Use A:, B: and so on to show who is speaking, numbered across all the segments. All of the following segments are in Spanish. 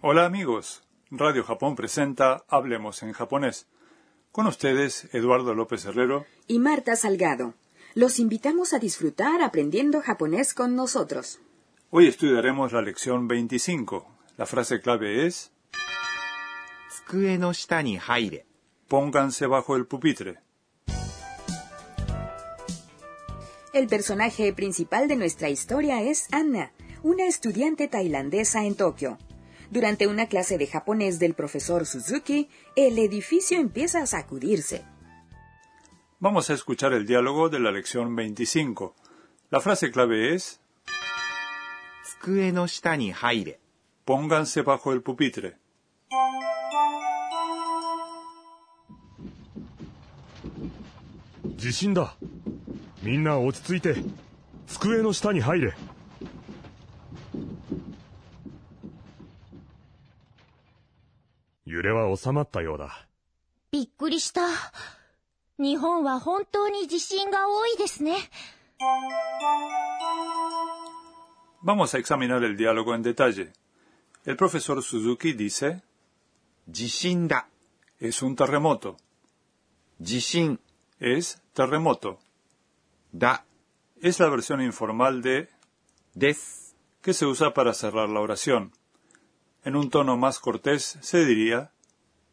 A: Hola amigos, Radio Japón presenta Hablemos en japonés. Con ustedes, Eduardo López Herrero.
B: y Marta Salgado. Los invitamos a disfrutar aprendiendo japonés con nosotros.
A: Hoy estudiaremos la lección 25. La frase clave es
C: 机の下に入れ。
A: pónganse bajo el pupitre.
B: El personaje principal de nuestra historia es Anna, una estudiante tailandesa en Tokio. Durante una clase de japonés del profesor Suzuki, el edificio empieza a sacudirse.
A: Vamos a escuchar el diálogo de la lección 25. La frase clave es
C: 机の下に入れ。
A: pónganse bajo el pupitre.
D: 地震だみんな落ち着いて机の下に入れ揺れは収まったようだ
E: びっくりした。日本は本当に地震が多いですね。
A: Vamos a examinar el diálogo en detalle. El profesor Suzuki dice
C: 地震だ。
A: es un terremoto,
C: 地震
A: es terremoto.
C: だ。
A: Es la versión informal de
C: です。
A: que se usa para cerrar la oración. En un tono más cortés se diría,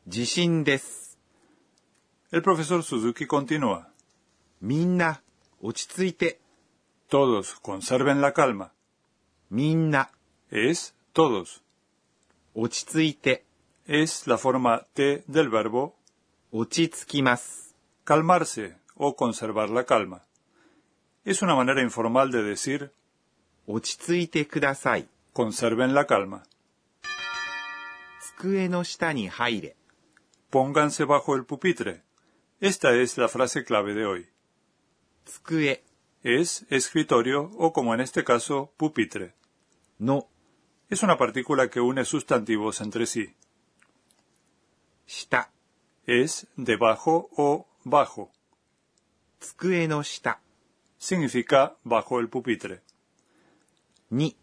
C: 地震です。
A: el profesor Suzuki continúa,
C: みんな、落ち着いて。
A: todos conserven la calma.
C: みんな、
A: Es todos.
C: 落ち着いて。
A: Es la forma T del verbo
C: 落ち着きます。
A: calmarse o conservar la calma. Es una manera informal de decir,
C: 落ち着いてください。
A: conserven la calma.
C: 机の下に入れ。
A: Pónganse bajo el pupitre. Esta es la frase clave de hoy.
C: 机
A: Es escritorio o como en este caso, pupitre.
C: の
A: Es una partícula que une sustantivos entre sí.
C: 下。
A: es debajo o bajo.
C: 机の下
A: Significa bajo el pupitre.
C: に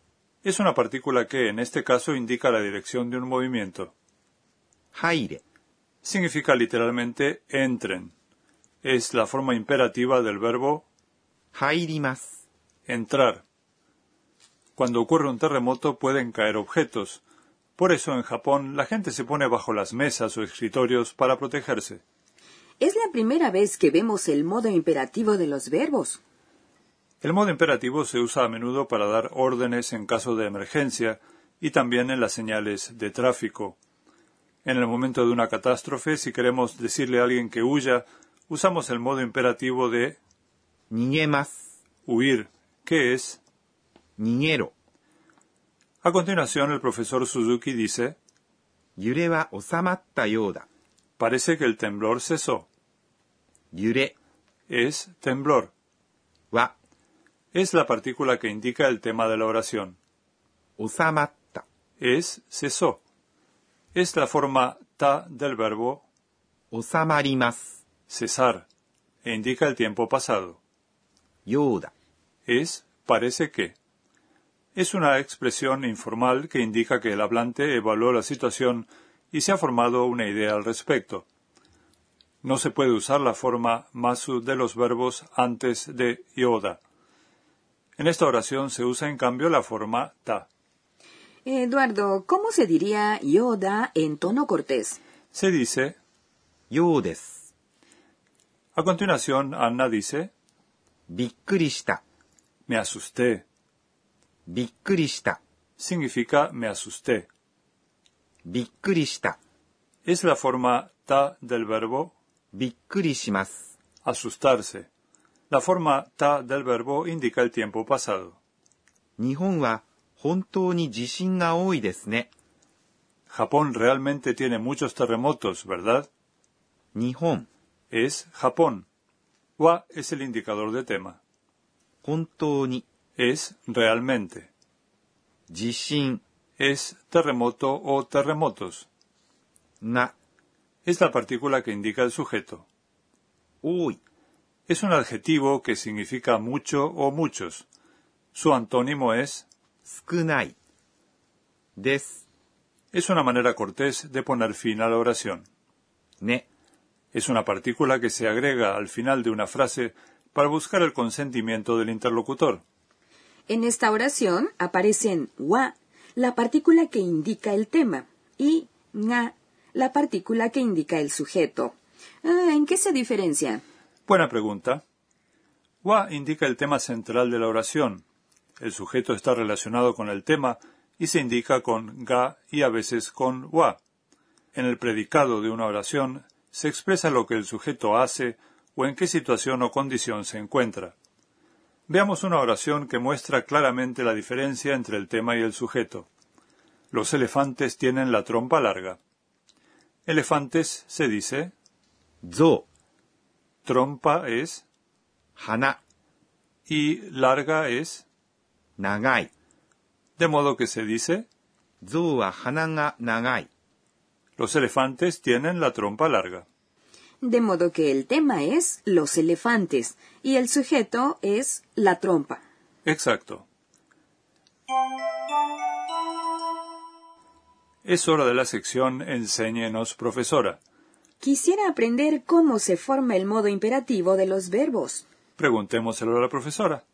A: Es una partícula que en este caso indica la dirección de un movimiento.
C: 入れ。
A: Significa literalmente entren. Es la forma imperativa del verbo
C: 入ります。
A: entrar. Cuando ocurre un terremoto pueden caer objetos. Por eso en Japón la gente se pone bajo las mesas o escritorios para protegerse.
B: Es la primera vez que vemos el modo imperativo de los verbos.
A: El modo imperativo se usa a menudo para dar órdenes en caso de emergencia y también en las señales de tráfico. En el momento de una catástrofe, si queremos decirle a alguien que huya, usamos el modo imperativo de
C: 逃げます。
A: huir, que es.
C: 逃げろ。
A: A continuación, el profesor Suzuki dice,
C: 揺れは収まったようだ。
A: parece que el temblor cesó.
C: 揺れ
A: Es temblor.
C: は
A: Es la partícula que indica el tema de la oración.
C: 収まった。
A: Es cesó. Es la forma ta del verbo
C: 収まります。
A: cesar, e indica el tiempo pasado.
C: ようだ。
A: Es parece que. Es una expresión informal que indica que el hablante evaluó la situación y se ha formado una idea al respecto. No se puede usar la forma masu de los verbos antes de yoda. En esta oración se usa en cambio la forma ta.
B: Eduardo, ¿cómo se diría Yoda en tono cortés?
A: Se dice,
C: ようです。
A: a continuación Anna dice,
C: びっくりした。
A: me asusté.
C: びっくりした。
A: Significa me asusté.
C: びっくりした。
A: Es la forma ta del verbo
C: びっくりします。
A: asustarse. La forma ta del verbo indica el tiempo pasado.
C: 日本は本当に地震が多いですね。
A: Japón realmente tiene muchos terremotos, ¿verdad?
C: 日本、
A: Es Japón. Wa es el indicador de tema.
C: 本当に
A: Es realmente.
C: 地震
A: Es terremoto o terremotos.
C: が
A: Es la partícula que indica el sujeto.
C: 多い。
A: Es un adjetivo que significa mucho o muchos. Su antónimo es
C: 少ない。です。
A: Es una manera cortés de poner fin a la oración.
C: ね、
A: Es una partícula que se agrega al final de una frase para buscar el consentimiento del interlocutor.
B: En esta oración aparecen wa, la partícula que indica el tema, y nga, la partícula que indica el sujeto. Ah, ¿En qué se diferencian?
A: Buena pregunta. Wa indica el tema central de la oración. El sujeto está relacionado con el tema y se indica con ga y a veces con wa. En el predicado de una oración se expresa lo que el sujeto hace o en qué situación o condición se encuentra. Veamos una oración que muestra claramente la diferencia entre el tema y el sujeto. Los elefantes tienen la trompa larga. Elefantes se dice,
C: 象、
A: trompa es
C: 花、
A: y larga es,
C: 長い。
A: de modo que se dice
C: 象は鼻が長い。
A: Los elefantes tienen la trompa larga.
B: De modo que el tema es los elefantes y el sujeto es la trompa.
A: Exacto. Es hora de la sección Enséñenos, profesora.
B: Quisiera aprender cómo se forma el modo imperativo de los verbos.
A: Preguntémoselo a la profesora.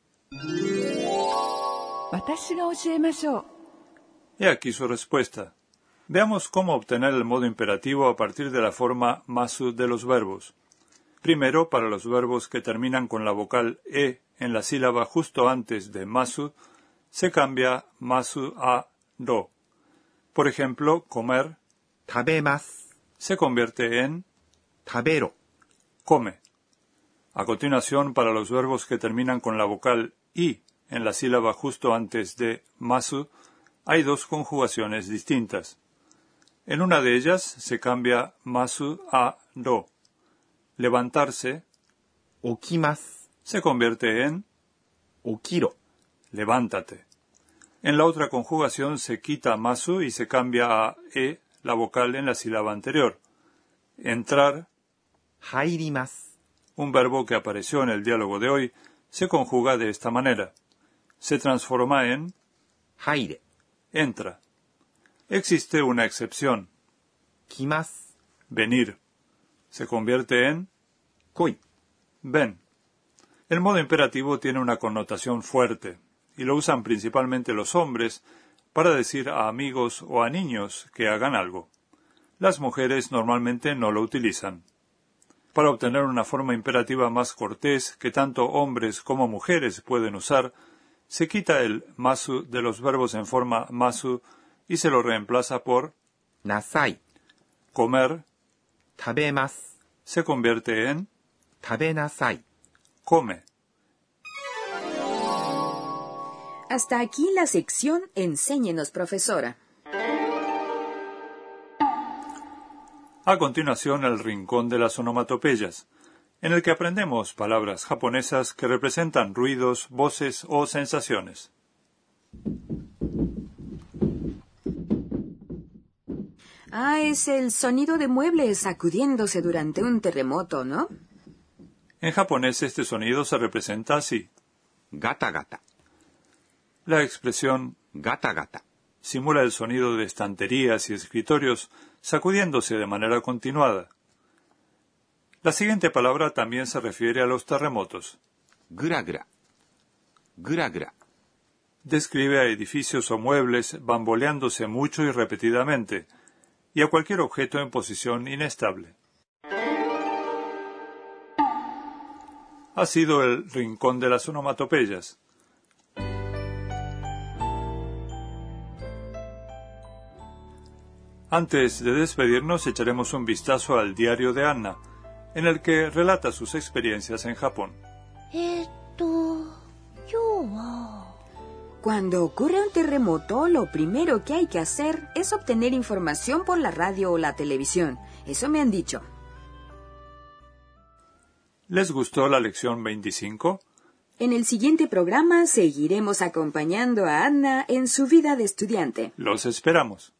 A: He aquí su respuesta. Veamos cómo obtener el modo imperativo a partir de la forma masu de los verbos. Primero, para los verbos que terminan con la vocal e en la sílaba justo antes de masu, se cambia masu a ro. Por ejemplo, comer
C: 食べます。
A: se convierte en
C: 食べろ。
A: come. A continuación, para los verbos que terminan con la vocal i en la sílaba justo antes de masu, hay dos conjugaciones distintas. En una de ellas se cambia masu a ro. Levantarse
C: 起きます。
A: se convierte en
C: 起きろ。
A: levántate. En la otra conjugación se quita masu y se cambia a e la vocal en la sílaba anterior. Entrar
C: 入ります。
A: Un verbo que apareció en el diálogo de hoy se conjuga de esta manera. Se transforma en
C: 入れ。
A: entra. Existe una excepción,
C: 来ます。
A: venir. Se convierte en
C: 来い。
A: ven. El modo imperativo tiene una connotación fuerte y lo usan principalmente los hombres para decir a amigos o a niños que hagan algo. Las mujeres normalmente no lo utilizan. Para obtener una forma imperativa más cortés que tanto hombres como mujeres pueden usar, se quita el masu de los verbos en forma masu y se lo reemplaza por
C: なさい。
A: comer,
C: 食べます。
A: se convierte en
C: 食べなさい。
A: come.
B: Hasta aquí la sección Enséñenos, profesora.
A: A continuación, el rincón de las onomatopeyas, en el que aprendemos palabras japonesas que representan ruidos, voces o sensaciones.
B: Ah, es el sonido de muebles sacudiéndose durante un terremoto, ¿no?
A: En japonés este sonido se representa así.
C: ガタガタ。
A: La expresión
C: ガタガタ。
A: simula el sonido de estanterías y escritorios sacudiéndose de manera continuada. La siguiente palabra también se refiere a los terremotos.
C: ぐらぐら。ぐらぐら。
A: Describe a edificios o muebles bamboleándose mucho y repetidamente, y a cualquier objeto en posición inestable. Ha sido el rincón de las onomatopeyas. Antes de despedirnos echaremos un vistazo al diario de Anna, en el que relata sus experiencias en Japón.
E: えーっと今日は
B: Cuando ocurre un terremoto, lo primero que hay que hacer es obtener información por la radio o la televisión. Eso me han dicho.
A: ¿Les gustó la lección 25?
B: En el siguiente programa seguiremos acompañando a Anna en su vida de estudiante.
A: Los esperamos.